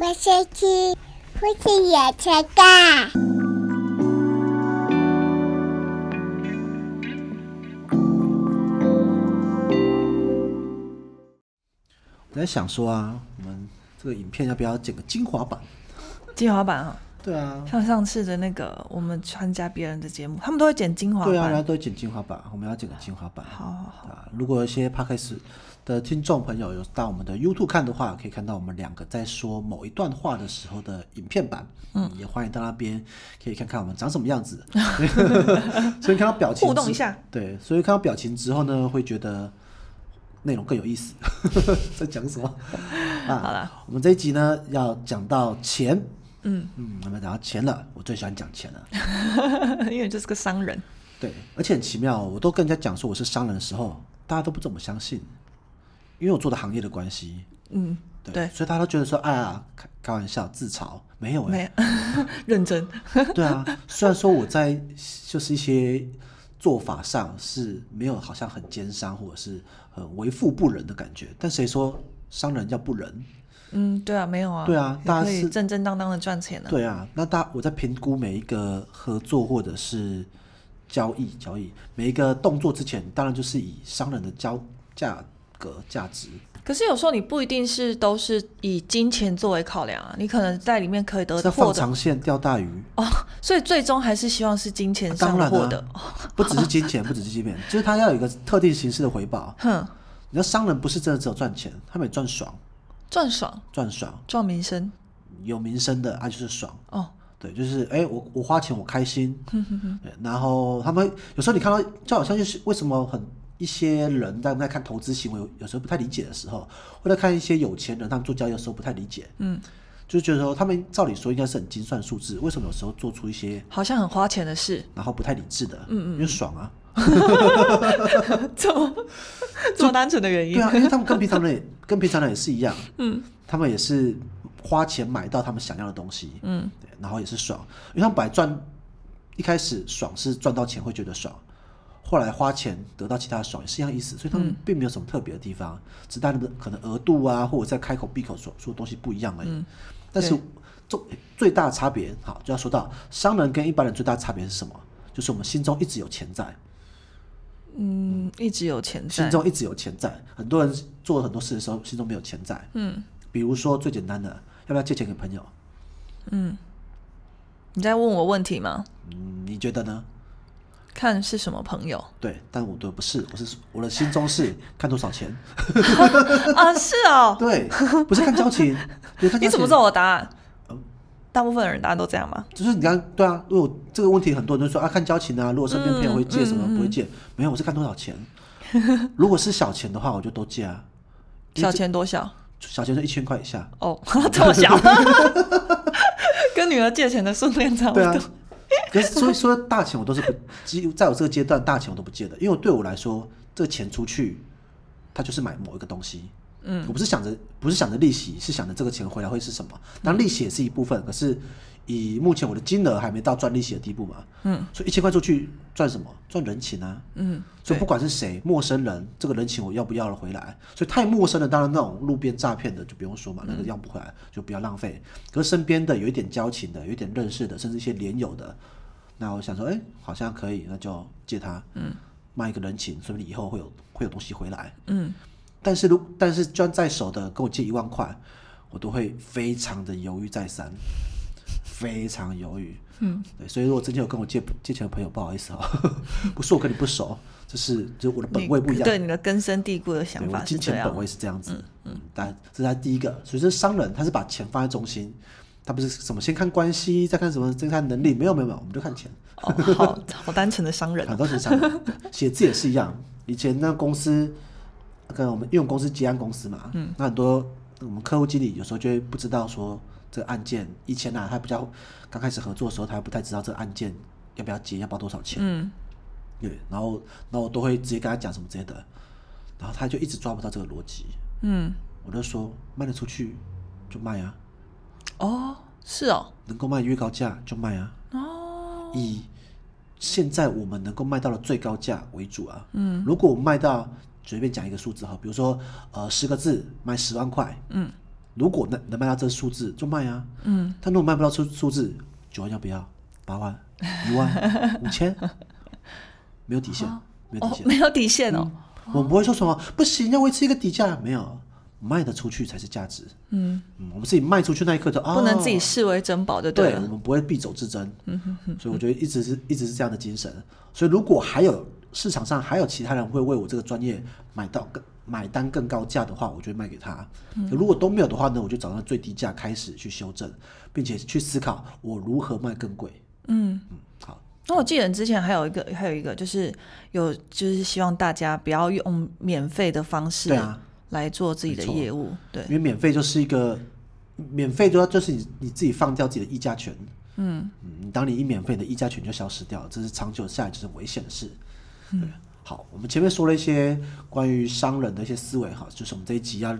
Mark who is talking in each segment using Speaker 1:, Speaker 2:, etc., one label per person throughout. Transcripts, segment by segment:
Speaker 1: 我先去，父亲也才干。
Speaker 2: 我在想说啊，我们这个影片要不要剪个精华版？
Speaker 3: 精华版啊，
Speaker 2: 对啊，
Speaker 3: 像上次的那个我们参加别人的节目，他们都会剪精华
Speaker 2: 对啊，
Speaker 3: 版。
Speaker 2: 然后都剪精华版，我们要剪个精华版。
Speaker 3: 好好好，
Speaker 2: 啊，如果有一些 podcast 的听众朋友有到我们的 YouTube 看的话，可以看到我们两个在说某一段话的时候的影片版。嗯，也欢迎到那边可以看看我们长什么样子。 所以看到表情
Speaker 3: 互动
Speaker 2: 之
Speaker 3: 一下，
Speaker 2: 对，所以看到表情之后呢，会觉得内容更有意思。 在讲什么？啊，
Speaker 3: 好啦，
Speaker 2: 我们这一集呢要讲到钱。
Speaker 3: 嗯
Speaker 2: 嗯，我们讲到钱了，我最喜欢讲钱了。
Speaker 3: 因为就是个商人，
Speaker 2: 对，而且很奇妙哦，我都跟人家讲说我是商人的时候，大家都不怎么相信，因为我做的行业的关系，
Speaker 3: 嗯，
Speaker 2: 对，
Speaker 3: 对
Speaker 2: 所以大家都觉得说，哎呀，开开玩笑，自嘲，没有、
Speaker 3: 没
Speaker 2: 欸，
Speaker 3: 有 认真，
Speaker 2: 对啊，虽然说我在就是一些做法上是没有好像很奸商或者是很为富不仁的感觉，但谁说商人要不仁？
Speaker 3: 嗯，对啊，没有啊，
Speaker 2: 对啊
Speaker 3: 也
Speaker 2: 大家
Speaker 3: 可以
Speaker 2: 是
Speaker 3: 正正当当的赚钱呢、啊。
Speaker 2: 对啊，那大我在评估每一个合作或者是交易交易每一个动作之前，当然就是以商人的交价格价值。
Speaker 3: 可是有时候你不一定是都是以金钱作为考量啊，你可能在里面可以得
Speaker 2: 在放
Speaker 3: 获得
Speaker 2: 长线钓大鱼，
Speaker 3: 哦，所以最终还是希望是金钱上
Speaker 2: 当然
Speaker 3: 获得。
Speaker 2: 啊，不只是金钱，不只是金钱， 就是他要有一个特定形式的回报。
Speaker 3: 哼，
Speaker 2: 你知道商人不是真的只有赚钱，他们也赚爽，
Speaker 3: 赚爽
Speaker 2: 赚爽
Speaker 3: 赚名声
Speaker 2: 有名声的啊就是爽，
Speaker 3: 哦，
Speaker 2: 对，就是哎、我我花钱我开心，对然后他们有时候你看到，就好像就是为什么很一些人在在看投资行为，有时候不太理解的时候，或者看一些有钱人他们做交易的时候不太理解，
Speaker 3: 嗯，
Speaker 2: 就是觉得说他们照理说应该是很精算数字，为什么有时候做出一些
Speaker 3: 好像很花钱的事，
Speaker 2: 然后不太理智的，嗯嗯，因为爽啊，
Speaker 3: 这么这么单纯的原因
Speaker 2: 对，啊，因为 他们跟平常人也跟平常人也是一样， 嗯，他们也是花钱买到他们想要的东西，嗯，对，然后也是爽，因为他们本来赚一开始爽是赚到钱会觉得爽，后来花钱得到其他的爽也是一样意思，所以他们并没有什么特别的地方，只是他们可能额度啊或者在开口闭口所说的东西不一样而已，但是
Speaker 3: 对
Speaker 2: 最最大的差别，好就要说到商人跟一般人最大的差别是什么？就是我们心中一直有钱在，
Speaker 3: 嗯，一直有钱
Speaker 2: 心
Speaker 3: 在，
Speaker 2: 中一直有钱在。很多人做很多事的时候，心中没有钱在。
Speaker 3: 嗯
Speaker 2: 比如说最简单的，要不要借钱给朋友？
Speaker 3: 嗯，你在问我问题吗？
Speaker 2: 嗯，你觉得呢？
Speaker 3: 看是什么 朋友
Speaker 2: 对，但我的不是，我是我的心中是 看多少钱，
Speaker 3: 啊？是哦，
Speaker 2: 对，不是看交情，不是看交情
Speaker 3: 你怎么知道？我答案
Speaker 2: 嗯？
Speaker 3: 大部分人答案都这样吗？
Speaker 2: 就是你刚对啊，如果这个问题很多人都说啊，看交情啊，如果身边朋友会
Speaker 3: 嗯
Speaker 2: 借什么、不会借，没有，我是看多少钱。如果是小钱的话，我就都借啊，因为
Speaker 3: 小钱多小？
Speaker 2: 这小钱就一千块以下，
Speaker 3: 哦，这么小， 跟女儿借钱的数量差不
Speaker 2: 对啊
Speaker 3: 多。。
Speaker 2: 可是所以说大钱我都是不，几乎在我这个阶段大钱我都不借的，因为我对我来说，这个钱出去，它就是买某一个东西。
Speaker 3: 嗯，
Speaker 2: 我不是想着不是想着利息，是想着这个钱回来会是什么。当然利息也是一部分，可是以目前我的金额还没到赚利息的地步嘛。
Speaker 3: 嗯，
Speaker 2: 所以一千块出去赚什么？赚人情啊。
Speaker 3: 嗯，
Speaker 2: 所以
Speaker 3: 对
Speaker 2: 不，管是谁，陌生人，这个人情我要不要了回来？所以太陌生的，当然那种路边诈骗的就不用说嘛，那个要不回来就不要浪费。可是身边的有一点交情的，有一点认识的，甚至一些连友的，那我想说，哎、好像可以，那就借他，嗯，卖一个人情，说不定以后会有会有东西回来。
Speaker 3: 嗯，
Speaker 2: 但是如但是攥在手的跟我借一万块，我都会非常的犹豫再三，非常犹豫。嗯，对，所以如果之前有跟我借借钱的朋友，不好意思啊、 不是我跟你不熟，这是就是我的本位不一
Speaker 3: 你
Speaker 2: 样。
Speaker 3: 对你的根深蒂固的想
Speaker 2: 对，我
Speaker 3: 法
Speaker 2: 的
Speaker 3: 是
Speaker 2: 金
Speaker 3: 这
Speaker 2: 钱本
Speaker 3: 样。
Speaker 2: 位是这样子，嗯，但这是他第一个，所以这是商人，他是把钱放在中心，他不是什么先看关系，再看什么，再看能力，没有没有没有，我们就看钱，
Speaker 3: 哦，好好单纯的商人
Speaker 2: 很，多是商人，对写字也是一样，以前那公司跟我们因为我们公司接案公司嘛，嗯，那很多我们客户经理有时候就会不知道说这个案件，以前啊，他比较刚开始合作的时候，他还不太知道这个案件要不要接，要报多少钱，
Speaker 3: 嗯，
Speaker 2: 对，然后然后我都会直接跟他讲什么之类的，然后他就一直抓不到这个逻辑，
Speaker 3: 嗯，
Speaker 2: 我就说卖得出去就卖啊，
Speaker 3: 哦，是哦，
Speaker 2: 能够卖越高价就卖啊，
Speaker 3: 哦，
Speaker 2: 以现在我们能够卖到的最高价为主啊。嗯，如果我们卖到随便讲一个数字哈，比如说呃十个字卖十万块，
Speaker 3: 嗯，
Speaker 2: 如果能能卖到这数字就卖啊，
Speaker 3: 嗯，
Speaker 2: 但如果卖不到数数字，九万要不要？八万、一 万、五千，没有底线，没有底
Speaker 3: 哦，
Speaker 2: 线。嗯
Speaker 3: 没有底线哦，
Speaker 2: 我们不会说什么不行，要维持一个底价，没有卖得出去才是价值。
Speaker 3: 嗯，
Speaker 2: 嗯，我们自己卖出去那一刻就啊，
Speaker 3: 不能自己视为珍宝就对
Speaker 2: 对，
Speaker 3: 啊嗯了。
Speaker 2: 我们不会敝帚自珍。所以我觉得一直是一直是这样的精神。所以如果还有市场上还有其他人会为我这个专业买到更买单更高价的话，我就会卖给他。如果都没有的话呢，我就找到最低价开始去修正，并且去思考我如何卖更贵。
Speaker 3: 嗯，
Speaker 2: 嗯，好，
Speaker 3: 那我记得你之前还有一个，还有一个就是有，就是希望大家不要用免费的方式
Speaker 2: 对啊
Speaker 3: 来做自己的
Speaker 2: 没错
Speaker 3: 业务，对
Speaker 2: 因，为免费就是一个免费就要就是你你自己放掉自己的议价权。
Speaker 3: 嗯
Speaker 2: 嗯，当你一免费，你的议价权就消失掉了，这是长久下来就是危险的事。
Speaker 3: 嗯
Speaker 2: 对，好，我们前面说了一些关于商人的一些思维哈，就是我们这一集要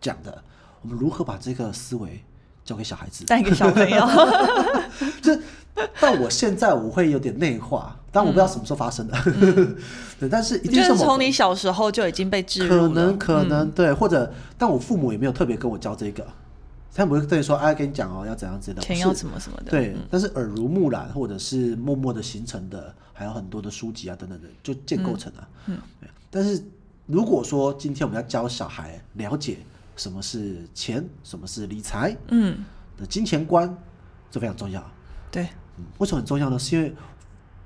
Speaker 2: 讲的，我们如何把这个思维教给小孩子。
Speaker 3: 带给小朋 友，
Speaker 2: 这到我现在我会有点内化，但我不知道什么时候发生的。 对，但是一
Speaker 3: 嗯我
Speaker 2: 定
Speaker 3: 觉
Speaker 2: 是
Speaker 3: 得
Speaker 2: 某
Speaker 3: 从
Speaker 2: 个
Speaker 3: 你小时候就已经被植
Speaker 2: 可
Speaker 3: 入嗯了
Speaker 2: 能。可能、对，或者但我父母也没有特别跟我教这个，他们不会对你说，哎、跟你讲哦，要怎样怎样，
Speaker 3: 钱
Speaker 2: 不
Speaker 3: 要
Speaker 2: 是
Speaker 3: 什么什么的，嗯
Speaker 2: 对，但是耳濡目染，或者是默默的形成的，还有很多的书籍啊等等的，就建构成啊。嗯，但是如果说今天我们要教小孩了解什么是钱，什么是理财
Speaker 3: 嗯，
Speaker 2: 的金钱观，这非常重要。
Speaker 3: 对，
Speaker 2: 嗯，为什么很重要呢？是因为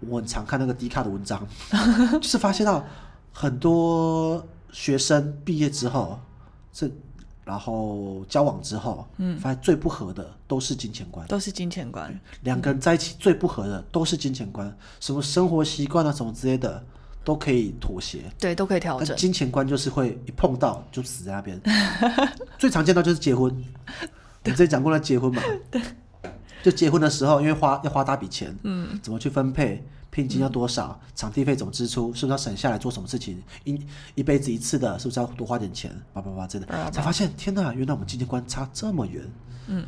Speaker 2: 我很常看那个迪卡的文章，就是发现到很多学生毕业之后，这然后交往之后，嗯，发现最不合的都是金钱观。
Speaker 3: 都是金钱观，
Speaker 2: 两个人在一起最不合的都是金钱观，什么生活习惯啊，什么之类的都可以妥协，
Speaker 3: 对，都可以调
Speaker 2: 但
Speaker 3: 整，
Speaker 2: 金钱观就是会一碰到就死在那边。 最常见到就是结婚，我们之前讲过了结婚嘛，就结婚的时候，因为花要花大笔钱，嗯，怎么去分配，聘金要多
Speaker 3: 嗯
Speaker 2: 少，场地费怎么支出，是不是要省下来做什么事情，一一辈子一次的，是不是要多花点钱，叭叭叭，真
Speaker 3: 叭叭叭
Speaker 2: 的，才发现天呐，原来我们金钱观差这么远，嗯，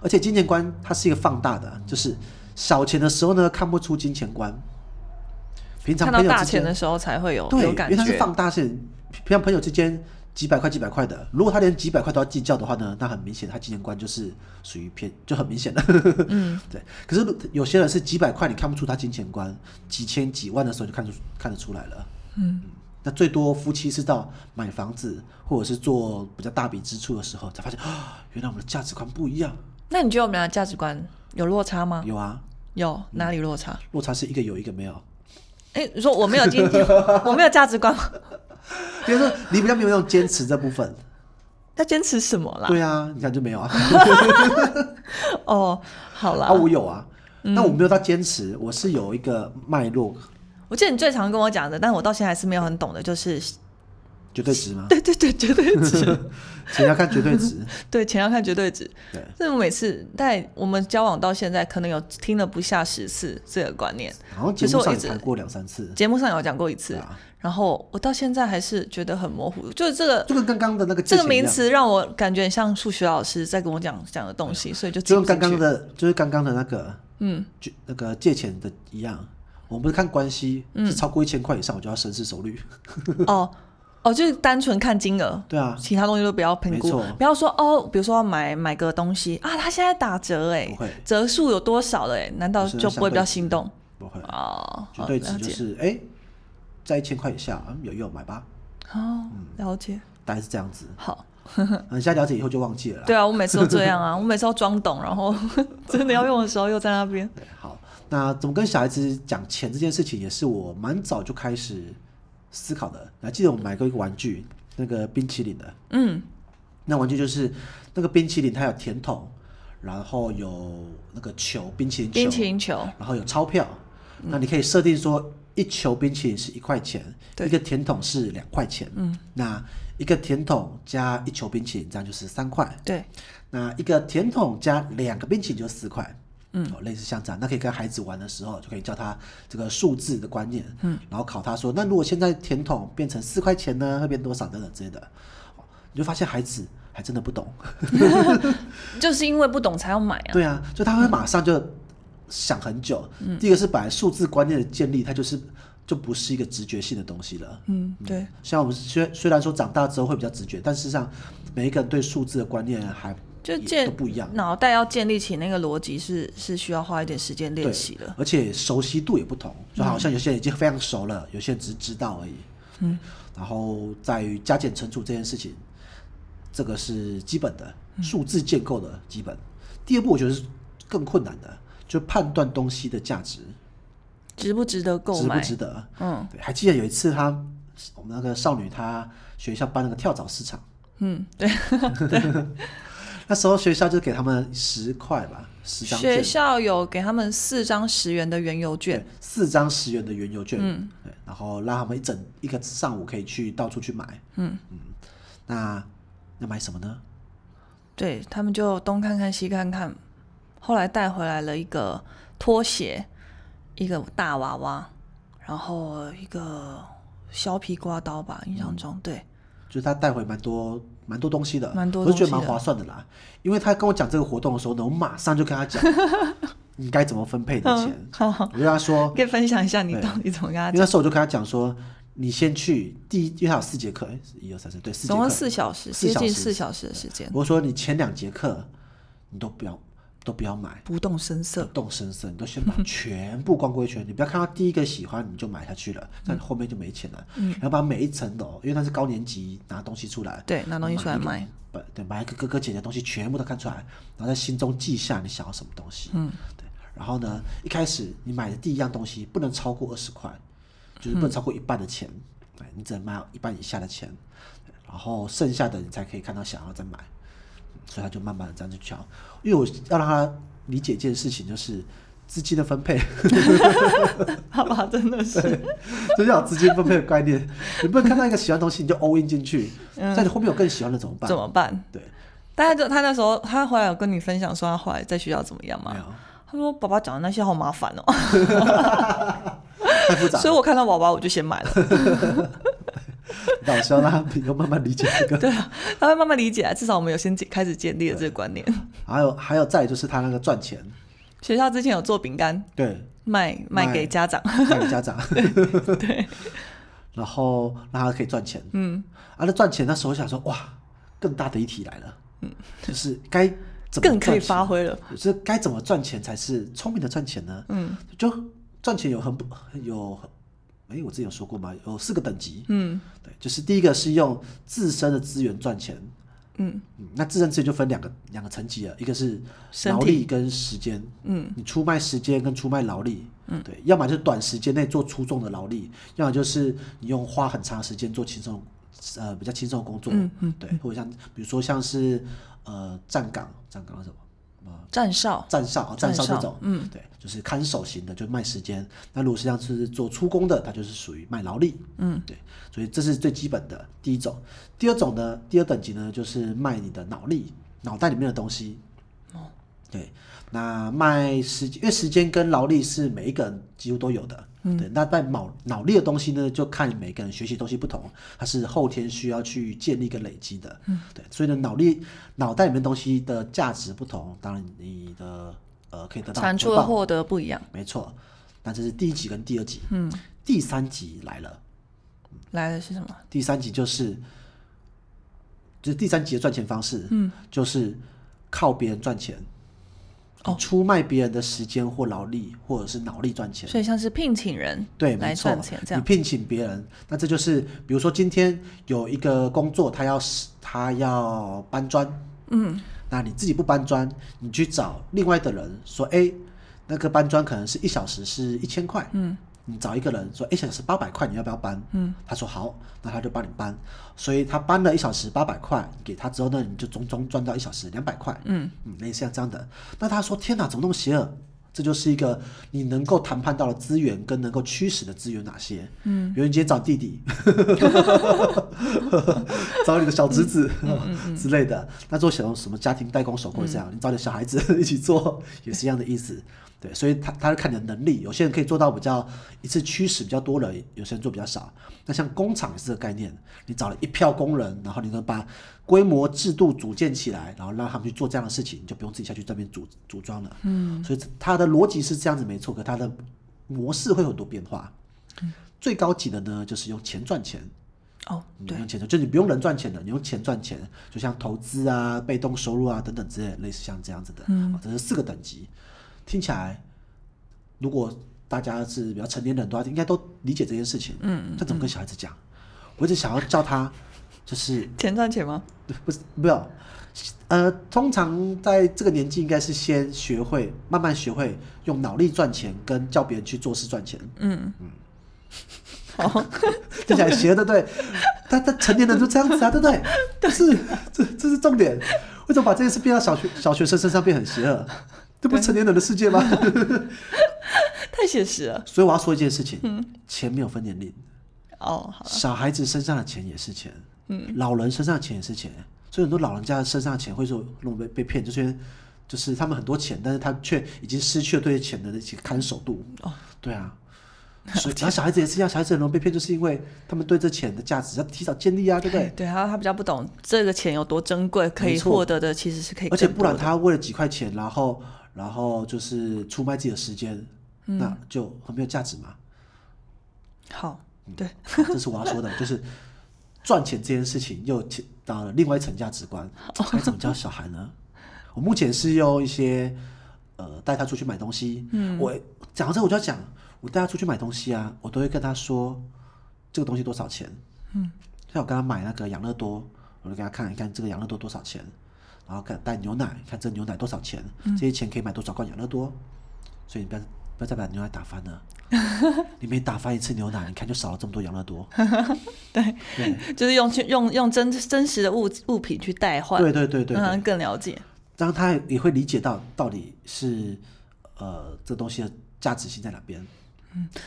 Speaker 2: 而且金钱观它是一个放大的，就是小钱的时候呢看不出金钱观。平常
Speaker 3: 看
Speaker 2: 朋
Speaker 3: 到
Speaker 2: 友
Speaker 3: 大
Speaker 2: 之
Speaker 3: 钱
Speaker 2: 间
Speaker 3: 的时候才会有
Speaker 2: 对，
Speaker 3: 有
Speaker 2: 因
Speaker 3: 感
Speaker 2: 为他是
Speaker 3: 觉，
Speaker 2: 放大线，平常朋友之间几百块几百块的，如果他连几百块都要计较的话呢，那很明显他金钱观就是属于偏，就很明显的。嗯， 对。可是有些人是几百块你看不出他金钱观，几千几万的时候就看出看得出来了。
Speaker 3: 嗯，
Speaker 2: 那最多夫妻是到买房子或者是做比较大笔支出的时候，才发现 啊，原来我们的价值观不一样。
Speaker 3: 那你觉得我们俩价值观有落差吗？
Speaker 2: 有啊，
Speaker 3: 有哪里落差？
Speaker 2: 落差是一个有一个没有。
Speaker 3: 哎、你说我没有经济， 我没有价值观吗，
Speaker 2: 比如说你比较没有那种坚持这部分，
Speaker 3: 要坚持什么啦？
Speaker 2: 对啊，你看就没有啊。
Speaker 3: 哦，好啦，
Speaker 2: 啊，我有啊，
Speaker 3: 嗯
Speaker 2: 但我没有到坚持，我是有一个脉络，
Speaker 3: 我记得你最常跟我讲的，但我到现在还是没有很懂的，就是
Speaker 2: 绝对值吗？
Speaker 3: 对对对，绝对值，
Speaker 2: 所以要看绝对值。
Speaker 3: 对钱要看绝对值。
Speaker 2: 对，
Speaker 3: 这我每次在我们交往到现在，可能有听了不下十次这个观念，
Speaker 2: 好像节目上也谈过两三次，
Speaker 3: 节目上有讲过一次，
Speaker 2: 对啊
Speaker 3: 然后我到现在还是觉得很模糊，就是这个
Speaker 2: 就跟刚刚的那个
Speaker 3: 这
Speaker 2: 界
Speaker 3: 个
Speaker 2: 限一
Speaker 3: 名
Speaker 2: 样，
Speaker 3: 词让我感觉像数学老师在跟我讲讲的东西，所以就记
Speaker 2: 就
Speaker 3: 不
Speaker 2: 跟刚
Speaker 3: 进
Speaker 2: 刚
Speaker 3: 去。
Speaker 2: 的，就是刚刚的那个，
Speaker 3: 嗯，
Speaker 2: 就那个借钱的一样。我们不是看关系，
Speaker 3: 嗯
Speaker 2: 是超过一千块以上，我就要深思熟虑。
Speaker 3: 哦哦，就是单纯看金额，
Speaker 2: 对啊，
Speaker 3: 其他东西都不要评估
Speaker 2: 没错，
Speaker 3: 不要说哦，比如说要买买个东西啊，它现在打折哎
Speaker 2: 不会，
Speaker 3: 折数有多少了哎，难道
Speaker 2: 就是
Speaker 3: 就不
Speaker 2: 相
Speaker 3: 会
Speaker 2: 对
Speaker 3: 比较
Speaker 2: 值
Speaker 3: 心动
Speaker 2: 不会，
Speaker 3: 哦？
Speaker 2: 绝
Speaker 3: 好，
Speaker 2: 对
Speaker 3: 了
Speaker 2: 值就
Speaker 3: 解，
Speaker 2: 是哎，在一千块以下嗯有用买吧，
Speaker 3: 哦，了解，
Speaker 2: 大概是嗯这样 子。
Speaker 3: 好，
Speaker 2: 嗯，现在了解以后就忘记了啦。
Speaker 3: 对啊，我每次都这 样啊，我每次都装懂，然后 真的要用的时候又在那边，
Speaker 2: 对，好，那怎么跟小孩子讲钱这件事情，也是我蛮早就开始思考的。还记得我买过一个玩具，那个冰淇淋的，
Speaker 3: 嗯，
Speaker 2: 那玩具就是那个冰淇淋，它有甜筒，然后有那个球，冰淇淋球，
Speaker 3: 冰淇淋球，嗯
Speaker 2: 然后有钞票，那你可以设定说一球冰淇淋是一块钱，
Speaker 3: 对
Speaker 2: 一个甜筒是两块钱，嗯，那一个甜筒加一球冰淇淋，这样就是三块，
Speaker 3: 对，
Speaker 2: 那一个甜筒加两个冰淇淋就四块，嗯，哦，类似像这样，那可以跟孩子玩的时候，就可以教他这个数字的观念，嗯，然后考他说，那如果现在甜筒变成四块钱呢，会变多少等等之类的，哦你就发现孩子还真的不懂，
Speaker 3: 就是因为不懂才要买啊，
Speaker 2: 对啊，嗯就他会马上就想很久。第一个是本来数字观念的建立，他就是就不是一个直觉性的东西了。
Speaker 3: 嗯，对，
Speaker 2: 像我们虽虽然说长大之后会比较直觉，但事实上每一个人对数字的观念还
Speaker 3: 就
Speaker 2: 也
Speaker 3: 建
Speaker 2: 都不一样。
Speaker 3: 脑袋要建立起那个逻辑是是需要花一点时间练
Speaker 2: 对
Speaker 3: 习嗯的，。
Speaker 2: 而且熟悉度也不同，就好像有些人已经非常熟了，有些人只是知道而已。嗯，然后在于加减乘除这件事情，这个是基本的
Speaker 3: 嗯
Speaker 2: 数字建构的基本。第二步，我觉得是更困难的，就判断东西的价值
Speaker 3: 值不值得购
Speaker 2: 值
Speaker 3: 买？
Speaker 2: 不值得。
Speaker 3: 嗯
Speaker 2: 对，还记得有一次她，我们那个少女她学校办那个跳蚤市场，
Speaker 3: 嗯，对，
Speaker 2: 那时候学校就给他们十块吧，十张
Speaker 3: 学
Speaker 2: 券，
Speaker 3: 校有给他们四张十元的原油
Speaker 2: 对
Speaker 3: 券，，
Speaker 2: 四张十元的原油券，
Speaker 3: 嗯
Speaker 2: 对，然后让他们一整一个上午可以去到处去买，
Speaker 3: 嗯
Speaker 2: 那要买什么呢？
Speaker 3: 对他们就东看看西看看，后来带回来了一个拖鞋，一个大娃娃，然后一个削皮刮刀吧，印象中、对，
Speaker 2: 就是他带回蛮多蛮多东西的，
Speaker 3: 蛮多
Speaker 2: 我就觉
Speaker 3: 东西
Speaker 2: 得蛮
Speaker 3: 的
Speaker 2: 划算的啦。因为他跟我讲这个活动的时候呢，我马上就跟他 讲你该怎么分配你的钱，我就跟他说，
Speaker 3: 可以分享一下
Speaker 2: 嗯
Speaker 3: 你
Speaker 2: 对
Speaker 3: 到底怎么嗯跟他
Speaker 2: 因为那
Speaker 3: 讲，
Speaker 2: 时候我就跟他讲说，你先去第一，因为他有四节课，诶一二三四，对，四节
Speaker 3: 总共
Speaker 2: 课，
Speaker 3: 四小时，
Speaker 2: 四
Speaker 3: 接
Speaker 2: 小
Speaker 3: 近
Speaker 2: 时
Speaker 3: 四小时的时间，
Speaker 2: 我说你前两节课你都不要都不要买，
Speaker 3: 不动声色
Speaker 2: 不。动声色，你都先把全部逛过一圈，你不要看到第一个喜欢你就买下去了，那你后面就没钱了。然后把每一层楼，因为他是高年级拿东西出来，
Speaker 3: 对拿东西出来卖
Speaker 2: 一个，把对，把一个哥哥姐姐的东西全部都看出来，然后在心中记下你想要什么东西。嗯，对。然后呢，一开始你买的第一样东西不能超过二十块，就是
Speaker 3: 嗯
Speaker 2: 不能超过一半的钱，对你只能卖一半以下的钱，然后剩下的你才可以看到想要再买。所以他就慢慢的这样去调。因为我要让他理解一件事情，就是资金的分配，
Speaker 3: 爸爸真的是，
Speaker 2: 就是要有资金分配的概念。你不能看到一个喜欢的东西你就 all in 进去，在你后面有更喜欢的怎么办？
Speaker 3: 嗯怎么办？
Speaker 2: 对，
Speaker 3: 但他就他那时候，他后来有跟你分享说他后来在学校怎么样吗
Speaker 2: 没？有
Speaker 3: 他说：“爸爸讲的那些好麻烦哦，
Speaker 2: 太复杂
Speaker 3: 所以
Speaker 2: 了。
Speaker 3: 我看到娃娃我就先买了。
Speaker 2: 那我希望他以后慢慢理解这个。
Speaker 3: 他会慢慢理解啊，至少我们有先建开始建立了这个观念。
Speaker 2: 还有还有再来就是他那个赚钱，
Speaker 3: 学校之前有做饼干
Speaker 2: 对，
Speaker 3: 卖卖给家长，
Speaker 2: 卖给家长，
Speaker 3: 对，
Speaker 2: 然后让他可以赚钱。嗯，啊，那赚钱那时候我想说，哇，更大的议题来了，嗯，就是该怎么
Speaker 3: 更可以
Speaker 2: 赚钱
Speaker 3: 发挥了。
Speaker 2: 就是该怎么赚钱才是聪明的赚钱呢？嗯，就赚钱有很不有，哎，我之前有说过吗？有四个等级，
Speaker 3: 嗯
Speaker 2: 对，就是第一个是用自身的资源赚钱，
Speaker 3: 嗯
Speaker 2: 嗯，那自身资源就分两个两个层级了，一个是
Speaker 3: 身
Speaker 2: 劳
Speaker 3: 体
Speaker 2: 力跟时间，
Speaker 3: 嗯，
Speaker 2: 你出卖时间跟出卖劳力，嗯，对，要么就是短时间内做出众的劳力，要么就是你用花很长时间做轻松，呃，比较轻松的工作，
Speaker 3: 嗯嗯
Speaker 2: 对，或者像比如说像是呃站岗，站岗是什么？呃
Speaker 3: 站哨
Speaker 2: 站哨、啊，
Speaker 3: 站
Speaker 2: 站哨这
Speaker 3: 哨
Speaker 2: 种，
Speaker 3: 嗯，
Speaker 2: 对，就是看守型的，就卖时间。那如果实际上是做出工的，它就是属于卖劳力，嗯，对，所以这是最基本的第一种。第二种呢，第二等级呢，就是卖你的脑力，脑袋里面的东西。对，那卖时间，因为时间跟劳力是每一个人几乎都有的。
Speaker 3: 嗯
Speaker 2: 对，那但脑脑力的东西呢，就看每个人学习的东西不同，它是后天需要去建立跟累积的。嗯，对，所以呢，脑力脑袋里面东西的价值不同，当然你的呃可以得到
Speaker 3: 产出
Speaker 2: 回
Speaker 3: 的
Speaker 2: 报
Speaker 3: 获得不一样，
Speaker 2: 没错。那这是第一集跟第二集，嗯，第三集来了。
Speaker 3: 来的是什么？
Speaker 2: 第三集就是，就是第三集的赚钱方式，嗯，就是靠别人赚钱，
Speaker 3: 哦
Speaker 2: 出卖别人的时间或劳力或者是脑力赚钱，
Speaker 3: 所以像是聘请人
Speaker 2: 对，没
Speaker 3: 来
Speaker 2: 错
Speaker 3: 赚钱，这
Speaker 2: 你
Speaker 3: 样。
Speaker 2: 聘请别人，那这就是比如说今天有一个工作，他要是他要搬砖，
Speaker 3: 嗯，
Speaker 2: 那你自己不搬砖，你去找另外的人说，哎，那个搬砖可能是一小时是一千块，嗯，你找一个人说一小时八百块，你要不要搬？嗯，他说好，那他就帮你搬，所以他搬了一小时八百块给他之后呢，你就从中赚到一小时两百块，嗯嗯，类似像这样的。那他说天哪，怎么那么邪恶？这就是一个你能够谈判到的资源跟能够驱使的资源有哪些？嗯，有人今天找弟弟， 找你的小侄子、 之类的。那做小什么家庭代工手工也这样，你找你的小孩子一起做也是一样的意思。对，所以他他是看你的能力，有些人可以做到比较一次驱使比较多人，有些人做比较少。那像工厂也是这个概念，你找了一票工人，然后你能把规模制度组建起来，然后让他们去做这样的事情，你就不用自己下去这边组组装了。嗯，所以它的逻辑是这样子没错，可它的模式会有很多变化。最高级的呢，就是用钱赚钱。
Speaker 3: 哦，
Speaker 2: 你
Speaker 3: 对
Speaker 2: 嗯用，钱赚，就你不用人赚钱的，你用钱赚钱，就像投资啊、被动收入啊等等之类，类似像这样子的。嗯，这是四个等级，听起来，如果大家是比较成年人的话，应该都理解这件事情。嗯，但怎么跟小孩子讲？我一直想要叫他，就是
Speaker 3: 钱赚钱吗？
Speaker 2: 不是没有，呃，通常在这个年纪应该是先学会，慢慢学会用脑力赚钱，跟叫别人去做事赚钱。
Speaker 3: 嗯嗯，好，
Speaker 2: 听起来邪，对不对？他他成年人就这样子啊，对 不对？是，这这是重点。为什么把这件事变到小学小学生身上变很邪恶？这不是成年人的世界 吗？
Speaker 3: 太写实了。
Speaker 2: 所以我要说一件事情，
Speaker 3: 嗯
Speaker 2: 钱没有分年龄，
Speaker 3: 哦，好，
Speaker 2: 小孩子身上的钱也是钱，老人身上的钱也是钱，所以很多老人家身上的钱会说那种被被骗，就是因为就是他们很多钱，但是他却已经失去了对钱的那些看守度。
Speaker 3: 哦，
Speaker 2: 对啊，所以然后小孩子也是一样，小孩子很容易被骗，就是因为他们对这钱的价值要提早建立啊，对不 对？
Speaker 3: 对，他他比较不懂这个钱有多珍贵，可
Speaker 2: 没
Speaker 3: 以
Speaker 2: 错
Speaker 3: 获得的其实是可以
Speaker 2: 而且
Speaker 3: 更
Speaker 2: 不然
Speaker 3: 多的
Speaker 2: 他为了几块钱，然后然后就是出卖自己的时间，那就很没有价值嘛。
Speaker 3: 好，对，
Speaker 2: 好这是我要说的，就是赚钱这件事情又提到了另外一层价值观，该怎么教小孩呢？我目前是用一些呃带他出去买东西，嗯，我讲到这我就要讲，我带他出去买东西啊，我都会跟他说这个东西多少钱，像我刚刚买那个养乐多，我就给他看一看这个养乐多多少钱，然后看带牛奶，看这牛奶多少钱，这些钱可以买多少罐养乐多，所以你不要不要再把牛奶打翻了，你每打翻一次牛奶，你看就少了这么多养乐 多。
Speaker 3: 就是用去用用真真实的物物品去代换，
Speaker 2: 对对对对
Speaker 3: 让他
Speaker 2: 对，
Speaker 3: 更了解。
Speaker 2: 让他也会理解到到底是呃这东西的价值性在哪边。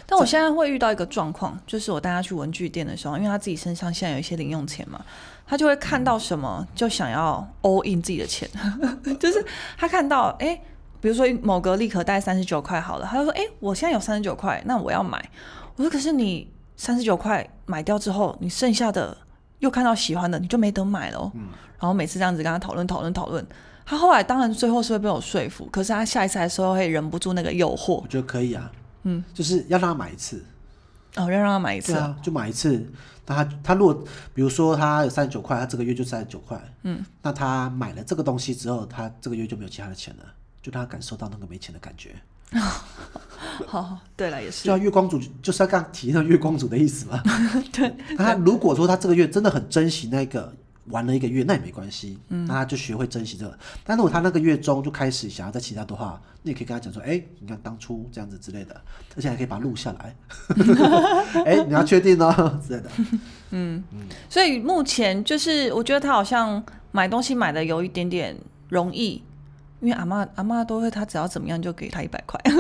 Speaker 3: 但我现在会遇到一个状况，就是我带他去文具店的时候，因为他自己身上现在有一些零用钱嘛，他就会看到什么就想要 all in 自己的钱， 就是他看到哎、诶比如说某个立可贷三十九块好了，他就说哎、诶我现在有三十九块，那我要买。我说可是你三十九块买掉之后，你剩下的又看到喜欢的，你就没得买了、哦。然后每次这样子跟他讨论讨论讨论。他后来当然最后是会被我说服，可是他下一次的时候会忍不住那个诱惑
Speaker 2: 我，觉得可以啊，嗯，就是要让他买一次，
Speaker 3: 哦，要让他买一次
Speaker 2: 对
Speaker 3: 啊
Speaker 2: 啊，就买一次。那他他如果比如说他有三十九块，他这个月就三十九块，嗯，那他买了这个东西之后，他这个月就没有其他的钱了，就让他感受到那个没钱的感觉。
Speaker 3: 好，对了，也是
Speaker 2: 就像月光族就是要刚刚提到月光族的意思嘛。 对。那他如果说他这个月真的很珍惜那个玩了一个月，那也没关系，那他就学会珍惜这个。但如果他那个月中就开始想要再其他的话，你也可以跟他讲说，哎、你看当初这样子之类的，而且还可以把它录下来。 哎、你要确定哦之类的。
Speaker 3: 所以目前就是，我觉得他好像买东西买的有一点点容易，因为阿妈阿妈都会，他只要怎么样就给他一百块，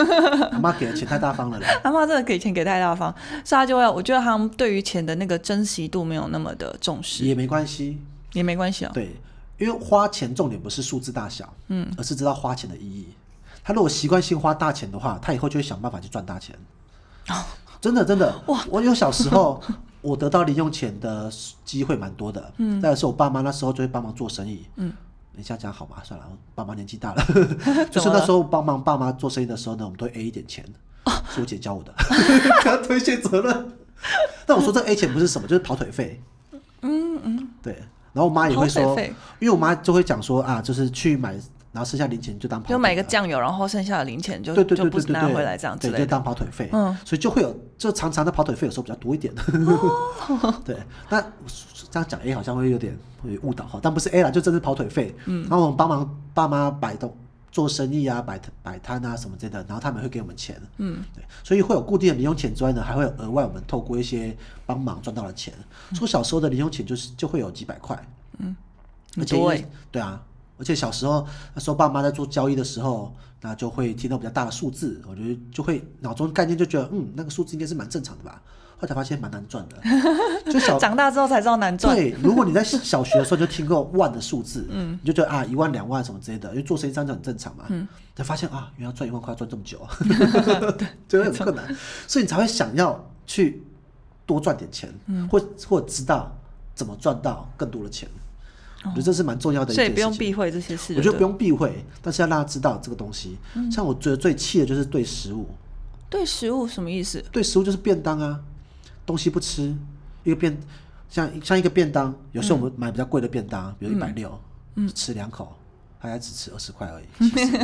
Speaker 2: 阿妈给的钱太大 方了啦。
Speaker 3: 阿妈真的给钱给太大方，所以他就会，我觉得他们对于钱的那个珍惜度没有那么的重视，
Speaker 2: 也没关系，
Speaker 3: 也没关系哦。
Speaker 2: 对，因为花钱重点不是数字大小，嗯，而是知道花钱的意义。他如果习惯性花大钱的话，他以后就会想办法去赚大钱。哦真的真的，我有小时候我得到零用钱的机会蛮多的，嗯，再来是我爸妈那时候就会帮忙做生意，嗯。等一下讲好吧，算了，我爸妈年纪 大了，哦就是那时候帮忙爸妈做生意的时候呢，我们都会 A 一点钱，是我姐教我的， 不要推卸责任。但我说这 A 钱不是什么，就是跑腿费。嗯嗯，对。然后我妈也会
Speaker 3: 跑
Speaker 2: 说
Speaker 3: 腿费，
Speaker 2: 因为我妈就会讲说啊，就是去买，然后剩下零钱就当跑腿啊
Speaker 3: 就买个
Speaker 2: 了
Speaker 3: 酱油，然后剩下的零钱就
Speaker 2: 对对对
Speaker 3: 就
Speaker 2: 对
Speaker 3: 不
Speaker 2: 对对，
Speaker 3: 拿回来这样之
Speaker 2: 对，
Speaker 3: 类
Speaker 2: 就
Speaker 3: 的。
Speaker 2: 当跑腿费，
Speaker 3: 嗯
Speaker 2: 所以就会有，就常常的跑腿费有时候比较多一 点，对。那这样讲 A 好像会有点会误导哈，但不是 A 啦，就真是跑腿费。嗯，然后我们帮忙爸妈摆动做生意啊，摆摆摊啊什么之类的，然后他们会给我们钱，嗯，对，所以会有固定的零用钱之外呢，还会有额外我们透过一些帮忙赚到的钱，
Speaker 3: 嗯
Speaker 2: 所以小时候的零用钱就是就会有几百块，
Speaker 3: 很
Speaker 2: 而且
Speaker 3: 多
Speaker 2: 因
Speaker 3: 欸
Speaker 2: 为对啊，而且小时候那时候爸妈在做交易的时候，那就会听到比较大的数字，我觉得就会脑中概念就觉得，嗯，那个数字应该是蛮正常的吧。后来才发现蛮难赚 的，就小
Speaker 3: 长大之后才知道难赚，
Speaker 2: 对，如果你在小学的时候就听过万的数字，嗯，你就觉得啊一万两万什么之类的，因为做生意这样就很正常嘛，嗯，才发现啊原来赚一万块要赚这么 久，就会很困难，所以你才会想要去多赚点钱，嗯，或或知道怎么赚到更多的钱，我觉得这是蛮重要的一
Speaker 3: 哦所
Speaker 2: 件
Speaker 3: 以
Speaker 2: 事情。
Speaker 3: 不用避讳这些事。
Speaker 2: 我觉得
Speaker 3: 对
Speaker 2: 不用避讳，但是要让他知道这个东西。像我觉得最气的就是对食物，
Speaker 3: 对食物什么意思？
Speaker 2: 对食物就是便当啊。东西不吃，一个便像像一个便当，有时候我们买比较贵的便当，比如一百六，吃两口，大概只吃二十块而已，其实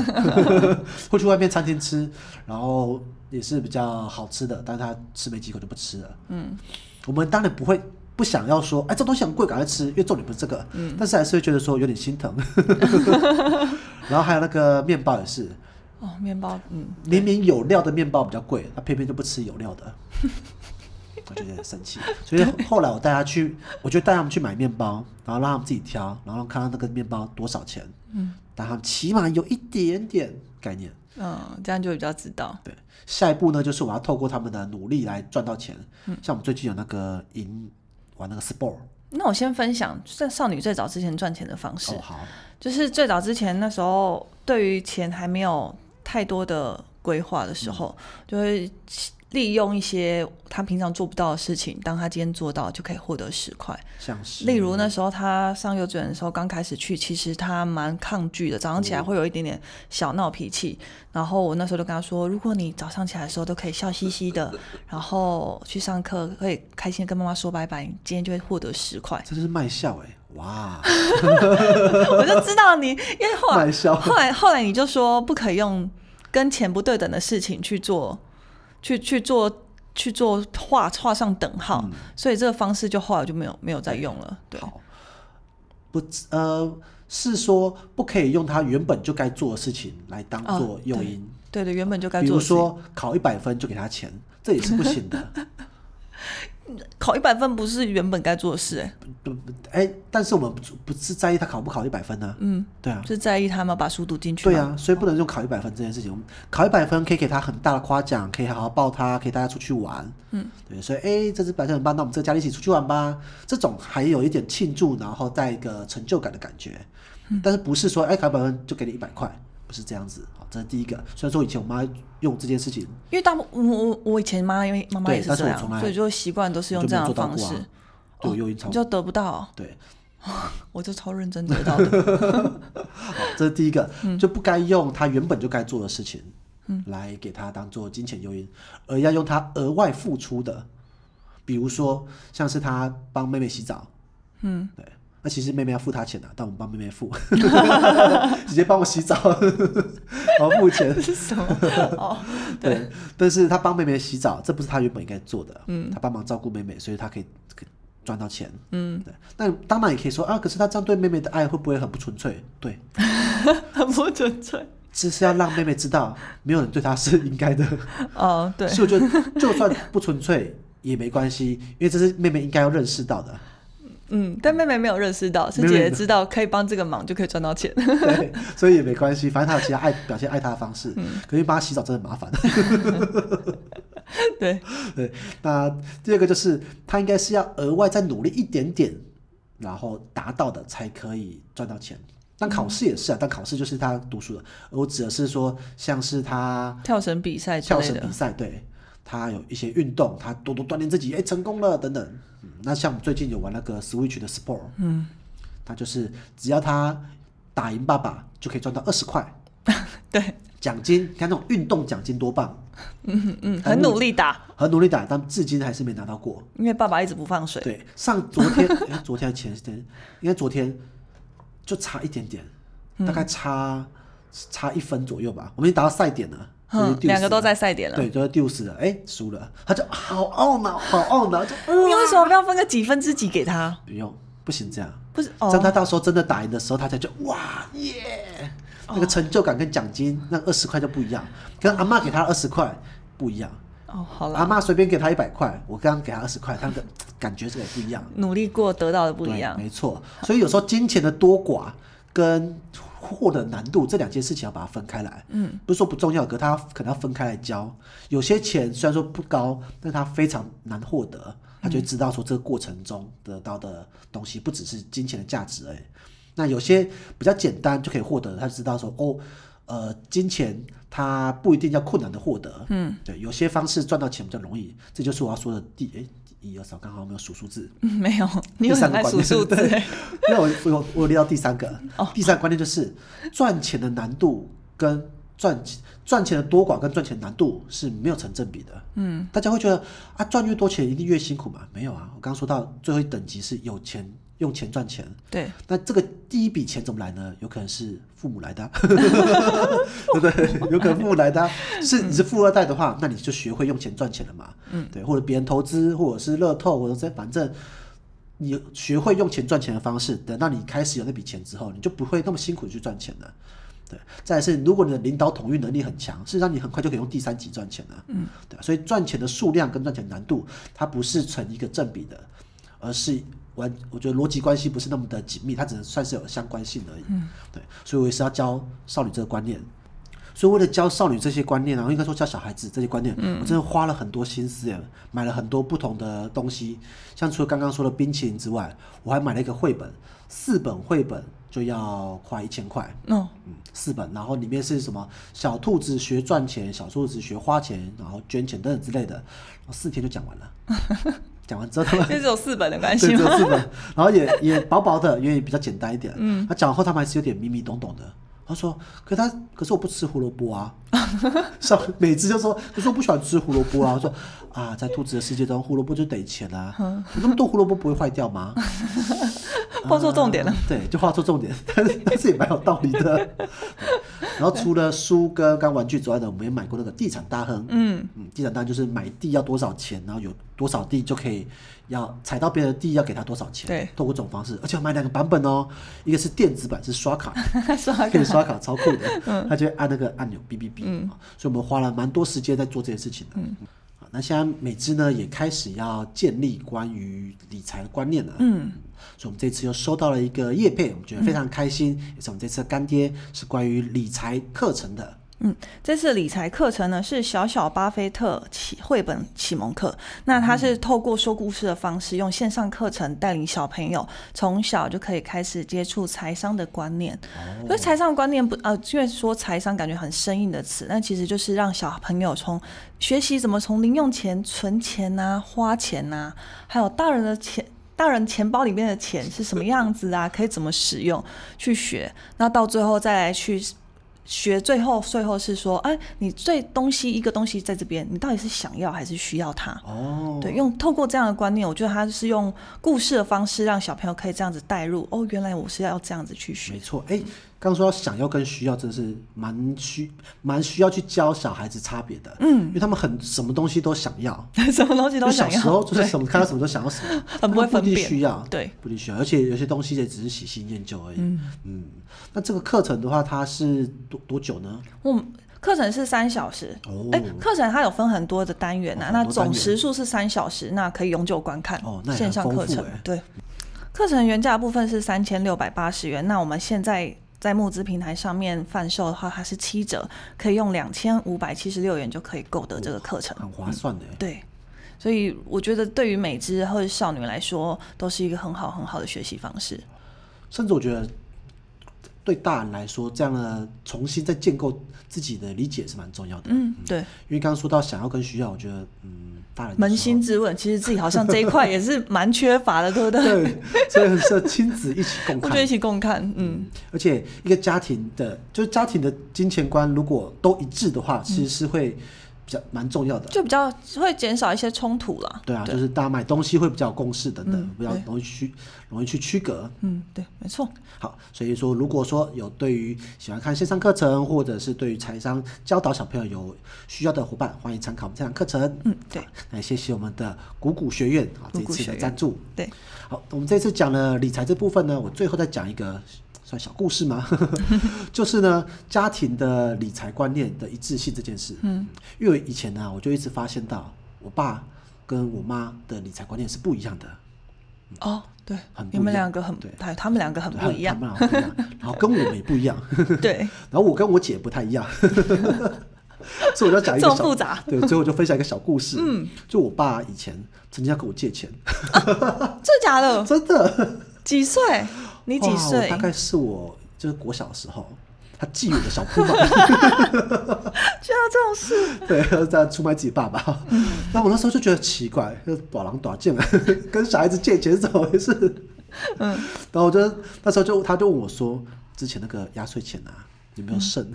Speaker 2: 会去外面餐厅吃，然后也是比较好吃的，但是他吃没几口就不吃了。嗯，我们当然不会。不想要说，哎，这东西很贵，赶快吃，因为重点不是这个，但是还是会觉得说有点心疼。 然后还有那个面包也是，
Speaker 3: 哦，面包，嗯，
Speaker 2: 明明有料的面包比较贵，他偏偏就不吃有料的， 我就有点生气。所以后来我带他去，我就带他们去买面包，然后让他们自己挑，然后看看那个面包多少钱，嗯，但他们起码有一点点概念。
Speaker 3: 嗯，这样就比较知道。
Speaker 2: 对，下一步呢，就是我要透过他们的努力来赚到钱。
Speaker 3: 嗯
Speaker 2: 像我们最近有那个赢玩那个 sport，
Speaker 3: 那我先分享在少女最早之前赚钱的方式
Speaker 2: 哦，，好，
Speaker 3: 就是最早之前那时候对于钱还没有太多的规划的时候，
Speaker 2: 嗯
Speaker 3: 就会利用一些他平常做不到的事情，当他今天做到，就可以获得十块。
Speaker 2: 像是
Speaker 3: 例如那时候他上幼稚园的时候，刚开始去，其实他蛮抗拒的，早上起
Speaker 2: 哦。
Speaker 3: 来会有一点点小闹脾气。然后我那时候就跟他说，如果你早上起来的时候都可以笑嘻嘻的，然后去上课可以开心的跟妈妈说拜拜，你今天就会获得十块
Speaker 2: 这就是卖笑哎、 哇，
Speaker 3: 我就知道你，因为后来
Speaker 2: 卖笑
Speaker 3: 后来后来你就说不可以用跟钱不对等的事情去做，去去做。去做画画上等号，所以这个方式就后来就没有没有再用了。对，
Speaker 2: 嗯好，不知呃是说不可以用他原本就该做的事情来当
Speaker 3: 哦
Speaker 2: 做诱因，
Speaker 3: 对对，原本就该
Speaker 2: 比
Speaker 3: 做
Speaker 2: 如
Speaker 3: 的事情。
Speaker 2: 说考一百分就给他钱，这也是不行的。
Speaker 3: 考一百分不是原本该做的事、欸，
Speaker 2: 不不哎、但是我们不不是在意他考不考一百分呢、嗯，对啊，
Speaker 3: 是在意他们把书读进去。
Speaker 2: 对，啊，所以不能用考一百分这件事情。我们考一百分可以给他很大的夸奖，可以好好抱他，可以带他出去玩。嗯，对，所以哎、这次表现很棒，那我们这个家里一起出去玩吧。这种还有一点庆祝，然后带一个成就感的感觉。
Speaker 3: 嗯
Speaker 2: 但是不是说哎、考一百分就给你一百块，不是这样子。好，这是第一个。虽然说以前我妈用这件事情，
Speaker 3: 因为大部我我我以前妈因为妈妈
Speaker 2: 对
Speaker 3: 也
Speaker 2: 但是
Speaker 3: 这
Speaker 2: 我
Speaker 3: 样
Speaker 2: 从，来
Speaker 3: 所以就习惯都是
Speaker 2: 我
Speaker 3: 用
Speaker 2: 就
Speaker 3: 这
Speaker 2: 没有
Speaker 3: 样的
Speaker 2: 做到
Speaker 3: 方
Speaker 2: 过
Speaker 3: 式
Speaker 2: 啊，，
Speaker 3: 哦
Speaker 2: 对我诱因超
Speaker 3: 你就得不到，
Speaker 2: 对。
Speaker 3: 我就超认真得 到的。
Speaker 2: 好，这是第一个，就不该用他原本就该做的事情，来给他当做金钱诱因，而要用他额外付出的，比如说像是他帮妹妹洗澡，嗯，对，那其实妹妹要付他钱的、啊但我们帮妹妹 付，直接帮我洗澡， 然后付钱，
Speaker 3: 是什么？哦，
Speaker 2: 对，但是他帮妹妹洗澡，这不是他原本应该做的，嗯，他帮忙照顾妹妹，所以他可以可以赚到钱，嗯，对。那当然也可以说啊，可是他这样对妹妹的爱会不会很不纯粹？对，
Speaker 3: 很不准确。
Speaker 2: 这是要让妹妹知道，没有人对她是应该的。
Speaker 3: 哦，对，
Speaker 2: 所以我觉得，就算不纯粹也没关系，因为这是妹妹应该要认识到的。
Speaker 3: 嗯，但妹妹没有认识到，是
Speaker 2: 没有
Speaker 3: 姐姐
Speaker 2: 认识
Speaker 3: 知道可以帮这个忙就可以赚到钱。
Speaker 2: 对，所以也没关系，反正她有其他爱表现爱她的方式。可是帮她洗澡真的很麻烦。
Speaker 3: 对，
Speaker 2: 对，那第二个就是她应该是要额外再努力一点点，然后达到的才可以赚到钱。但考试也是啊，但考试就是她读书的。我指的是说，像是她
Speaker 3: 跳绳比赛之
Speaker 2: 跳
Speaker 3: 类
Speaker 2: 绳比
Speaker 3: 的，
Speaker 2: 赛，对他有一些运动，他多多锻炼自己，哎、成功了等等、嗯那像我们最近有玩那个 Switch 的 Sport，嗯，他就是只要他打赢爸爸就可以赚到二十块
Speaker 3: 对，
Speaker 2: 奖金，你看那种运动奖金多棒，
Speaker 3: 嗯，很努力打，
Speaker 2: 很努力打，但至今还是没拿到过。
Speaker 3: 因为爸爸一直不放水。
Speaker 2: 对，上昨 天，哎昨天还是前天，应该昨天就差一点点，
Speaker 3: 嗯
Speaker 2: 大概差差一分左右吧，我们已经达到赛点了。就是
Speaker 3: 嗯，
Speaker 2: 第五
Speaker 3: 两个
Speaker 2: 十
Speaker 3: 都
Speaker 2: 了
Speaker 3: 在赛点了。
Speaker 2: 对，就是丢死了，哎、输了，他就好懊恼，好懊恼，就、
Speaker 3: 你
Speaker 2: 呃、
Speaker 3: 为什么不要分个几分之几给他？
Speaker 2: 不用，不行这样，
Speaker 3: 不是
Speaker 2: 这样他
Speaker 3: 哦，
Speaker 2: 到时候真的打赢的时候，他才就哇耶，
Speaker 3: 哦
Speaker 2: 那个成就感跟奖金那二十块就不一样，跟阿嬷给他二十块不一样，
Speaker 3: 哦，好了
Speaker 2: 阿，嬷随便给他一百块，我刚刚给他二十块，他的感觉是也不一样，
Speaker 3: 努力过得到的不
Speaker 2: 对
Speaker 3: 一样。
Speaker 2: 没错，所以有时候金钱的多寡跟获得难度这两件事情要把它分开来。嗯，不是说不重要，可它可能要分开来教。有些钱虽然说不高，但它非常难获得，他就会知道说这个过程中得到的东西不只是金钱的价值而已。那有些比较简单就可以获得的，他就知道说哦，呃，金钱它不一定要困难的获得，嗯，对，有些方式赚到钱比较容易，这就是我要说的第诶一二三，刚好没有数数字，
Speaker 3: 嗯 没有，
Speaker 2: 第
Speaker 3: 你有
Speaker 2: 三
Speaker 3: 很
Speaker 2: 个
Speaker 3: 爱
Speaker 2: 观
Speaker 3: 数
Speaker 2: 念
Speaker 3: 数字 哦
Speaker 2: 对
Speaker 3: 欸。
Speaker 2: 那我我我列到第三个，第三个观念就是赚钱的难度跟赚钱赚钱的多寡跟赚钱难度是没有成正比的。嗯，大家会觉得啊，赚越多钱一定越辛苦嘛？没有啊，我刚刚说到最后一等级是有钱用钱赚钱，
Speaker 3: 对，
Speaker 2: 那这个第一笔钱怎么来呢？有可能是父母来的啊、 对不对？有可能父母来的啊、是你是富二代的话，那你就学会用钱赚钱了嘛。嗯，对，或者别人投资，或者是乐透，或者是反正你学会用钱赚钱的方式，等到你开始有那笔钱之后，你就不会那么辛苦地去赚钱了。对，再来是如果你的领导统御能力很强，事实上你很快就可以用第三级赚钱了。嗯，对，所以赚钱的数量跟赚钱难度，它不是成一个正比的，而是完，我觉得逻辑关系不是那么的紧密，它只能算是有相关性而已。嗯，对，所以我也是要教少女这个观念。啊所以为了教少女这些观念啊，应该说教小孩子这些观念，我真的花了很多心思耶，买了很多不同的东西，像除了刚刚说的冰淇淋之外，我还买了一个绘本，四本绘本就要快一千块。
Speaker 3: 哦，
Speaker 2: 嗯，四本，然后里面是什么？小兔子学赚钱，小兔子学花钱，然后捐钱等等之类的，然后四天就讲完了。讲完之后他们
Speaker 3: 因为只有四本的关
Speaker 2: 对
Speaker 3: 系
Speaker 2: 只有
Speaker 3: 吗？
Speaker 2: 四本，然后也也薄薄的，因为比较简单一点。嗯，他讲完后他们还是有点迷迷懂懂的。他说：“可他可是我不吃胡萝卜啊。”像每次就说：“可是我不喜欢吃胡萝卜啊。”我说：“啊，在兔子的世界中，胡萝卜就得钱啊。有那么多胡萝卜不会坏掉吗？”
Speaker 3: 报错重点了
Speaker 2: 嗯。对，就画出重点， 但 是但是也蛮有道理的。 然后除了书跟刚玩具之外呢，我们也买过那个地产大亨。嗯地产大亨就是买地要多少钱，然后有多少地就可以要踩到别人的地要给他多少钱。
Speaker 3: 对
Speaker 2: 透过这种方式，而且我买两个版本哦，一个是电子版是刷卡，
Speaker 3: 刷卡
Speaker 2: 可以刷卡，超酷的。他就会按那个按钮哔哔哔。啊所以我们花了蛮多时间在做这件事情的。嗯好那现在美芝呢也开始要建立关于理财的观念了。嗯，所以我们这次又收到了一个业配，我们觉得非常开心，也是我们这次的干爹是关于理财课程的。
Speaker 3: 嗯，这次理财课程呢是小小巴菲特启绘本启蒙课，那他是透过说故事的方式，用线上课程带领小朋友从小就可以开始接触财商的观念。所以财商的观念不呃，因为说财商感觉很生硬的词，但其实就是让小朋友从学习怎么从零用钱存钱呐、花钱呐、还有大人的钱。大人钱包里面的钱是什么样子啊？可以怎么使用？去学，那到最后再来去学最后最后是说，哎，你最东西一个东西在这边，你到底是想要还是需要它？
Speaker 2: 哦，
Speaker 3: 对，用透过这样的观念，我觉得他是用故事的方式让小朋友可以这样子带入。哦，原来我是要这样子去学
Speaker 2: 没。错。哎、刚说到想要跟需要，真的是蛮需蛮需要去教小孩子差别的。嗯，因为他们很什么东西都想要，
Speaker 3: 什么东西都
Speaker 2: 就
Speaker 3: 想
Speaker 2: 小
Speaker 3: 要，
Speaker 2: 时候就是什么看到什么都想要什么，
Speaker 3: 很不会分
Speaker 2: 他们一定
Speaker 3: 辨
Speaker 2: 需要
Speaker 3: 对，
Speaker 2: 不一定需要，而且有些东西也只是喜新厌旧而已。嗯那这个课程的话，它是多多久呢？
Speaker 3: 我们课程是三小时，
Speaker 2: 哦
Speaker 3: 哎、课程它有分很多的单元
Speaker 2: 哦
Speaker 3: 啊，
Speaker 2: 很多
Speaker 3: 那
Speaker 2: 单
Speaker 3: 总
Speaker 2: 元
Speaker 3: 时数是三小时，那可以永久观看。
Speaker 2: 哦那也
Speaker 3: 线
Speaker 2: 很
Speaker 3: 上
Speaker 2: 丰
Speaker 3: 课
Speaker 2: 富
Speaker 3: 程
Speaker 2: 哎
Speaker 3: 对，课程原价的部分是三千六百八十元，那我们现在。在募资平台上面贩售的话，它是七折，可以用两千五百七十六元就可以购得这个课程。
Speaker 2: 很划算的。
Speaker 3: 对，所以我觉得对于美姿或者少女来说，都是一个很好很好的学习方式。
Speaker 2: 甚至我觉得对大人来说，这样的重新再建构自己的理解是蛮重要的。
Speaker 3: 嗯，对，
Speaker 2: 因为刚刚说到想要跟需要，我觉得嗯，大人有时候
Speaker 3: 扪心自问，其实自己好像这一块也是蛮缺乏的，对不 对？
Speaker 2: 对，所以很适合亲子一起共
Speaker 3: 我
Speaker 2: 看。
Speaker 3: 觉得一起共看，嗯
Speaker 2: 而且一个家庭的，就是家庭的金钱观如果都一致的话，
Speaker 3: 嗯
Speaker 2: 其实是会比较蛮重要的。
Speaker 3: 就比较会减少一些冲突啦。
Speaker 2: 对啊，就是大家买东西会比较有共识等等，比较
Speaker 3: 对
Speaker 2: 容易去容易去区隔。
Speaker 3: 嗯，对，没错。
Speaker 2: 好，所以说如果说有对于喜欢看线上课程，或者是对于财商教导小朋友有需要的伙伴，欢迎参考我们这堂课程。
Speaker 3: 嗯，对
Speaker 2: 那也谢谢我们的谷谷学院啊，这
Speaker 3: 谷谷
Speaker 2: 次
Speaker 3: 学
Speaker 2: 的
Speaker 3: 院
Speaker 2: 赞助。
Speaker 3: 对，
Speaker 2: 好，我们这次讲了理财这部分呢，我最后再讲一个算小故事吗？ 就是呢，家庭的理财观念的一致性这件事。嗯，因为以前呢、我就一直发现到我爸跟我妈的理财观念是不一样的。
Speaker 3: 哦，对
Speaker 2: 嗯很，不
Speaker 3: 你们
Speaker 2: 一样
Speaker 3: 两个很
Speaker 2: 对，
Speaker 3: 他他们两个很
Speaker 2: 对
Speaker 3: 不一样
Speaker 2: 他，们他们俩 不一样，然后跟我们也不一样，
Speaker 3: 对，
Speaker 2: 然后我跟我姐不太一 样，所以我就讲一个
Speaker 3: 这
Speaker 2: 小
Speaker 3: 么复杂
Speaker 2: 对，最后就分享一个小故事。嗯，就我爸以前曾经要跟我借钱，
Speaker 3: 真假 的？
Speaker 2: 真的。
Speaker 3: 几岁？你几
Speaker 2: 哇我
Speaker 3: 岁
Speaker 2: 大？概是我就是国小的时候，他寄我的小铺满。
Speaker 3: 居然有这 种事？
Speaker 2: 对，这样出卖自己爸爸。那我那时候就觉得奇怪，就是宝狼短见了， 跟小孩子借钱是怎么回事？嗯，然后我就那时候就他就问我说，之前那个压岁钱啊，有没有剩？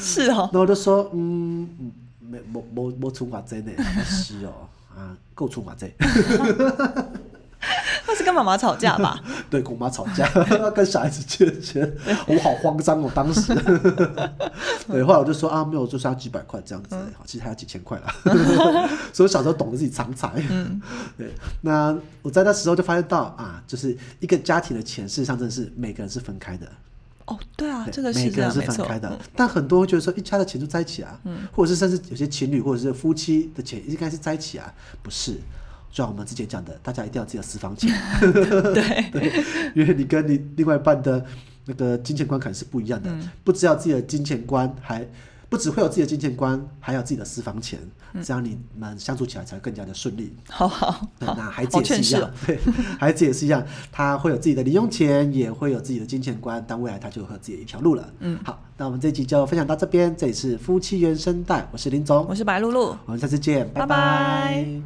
Speaker 3: 是哦，
Speaker 2: 然后我就说，嗯，嗯没没没没存寡这呢，啊是哦，啊，够存寡这，
Speaker 3: 他是跟妈妈吵 架吧？
Speaker 2: 对，跟我妈吵架， 跟小孩子借钱，我好慌张哦，当 时。对，后来我就说啊，没有，就是要几百块这样子，
Speaker 3: 嗯
Speaker 2: 好，其实还有几千块啦。 所以我小时候懂得自己藏财。
Speaker 3: 嗯
Speaker 2: 对，那我在那时候就发现到啊，就是一个家庭的钱，事实上真的是每个人是分开的。
Speaker 3: 哦，对啊，
Speaker 2: 对
Speaker 3: 这个
Speaker 2: 每
Speaker 3: 是
Speaker 2: 个
Speaker 3: 这
Speaker 2: 人
Speaker 3: 样，
Speaker 2: 是
Speaker 3: 没
Speaker 2: 分
Speaker 3: 错。嗯
Speaker 2: 开的，但很多人觉得说一家的钱就在一起啊，或者是甚至有些情侣或者是夫妻的钱应该是在一起啊，不是。就像我们之前讲的，大家一定要有自己的私房钱，
Speaker 3: 对，
Speaker 2: 对，因为你跟你另外一半的那个金钱观可能是不一样的，
Speaker 3: 嗯
Speaker 2: 不只要自己的金钱观，还不只会有自己的金钱观，还有自己的私房钱，
Speaker 3: 嗯
Speaker 2: 这样你们相处起来才会更加的顺利。
Speaker 3: 好好
Speaker 2: 对
Speaker 3: 好，
Speaker 2: 那孩子
Speaker 3: 好
Speaker 2: 也是
Speaker 3: 劝
Speaker 2: 一
Speaker 3: 世
Speaker 2: 样
Speaker 3: 哦。，
Speaker 2: 对， 孩子也是一样，他会有自己的零用钱，也会有自己的金钱观，但未来他就会有自己的一条路了。嗯，好，那我们这集就分享到这边，这里是夫妻原声带，我是林总，
Speaker 3: 我是白露露。
Speaker 2: 我们下次见，
Speaker 3: 拜
Speaker 2: 拜
Speaker 3: 拜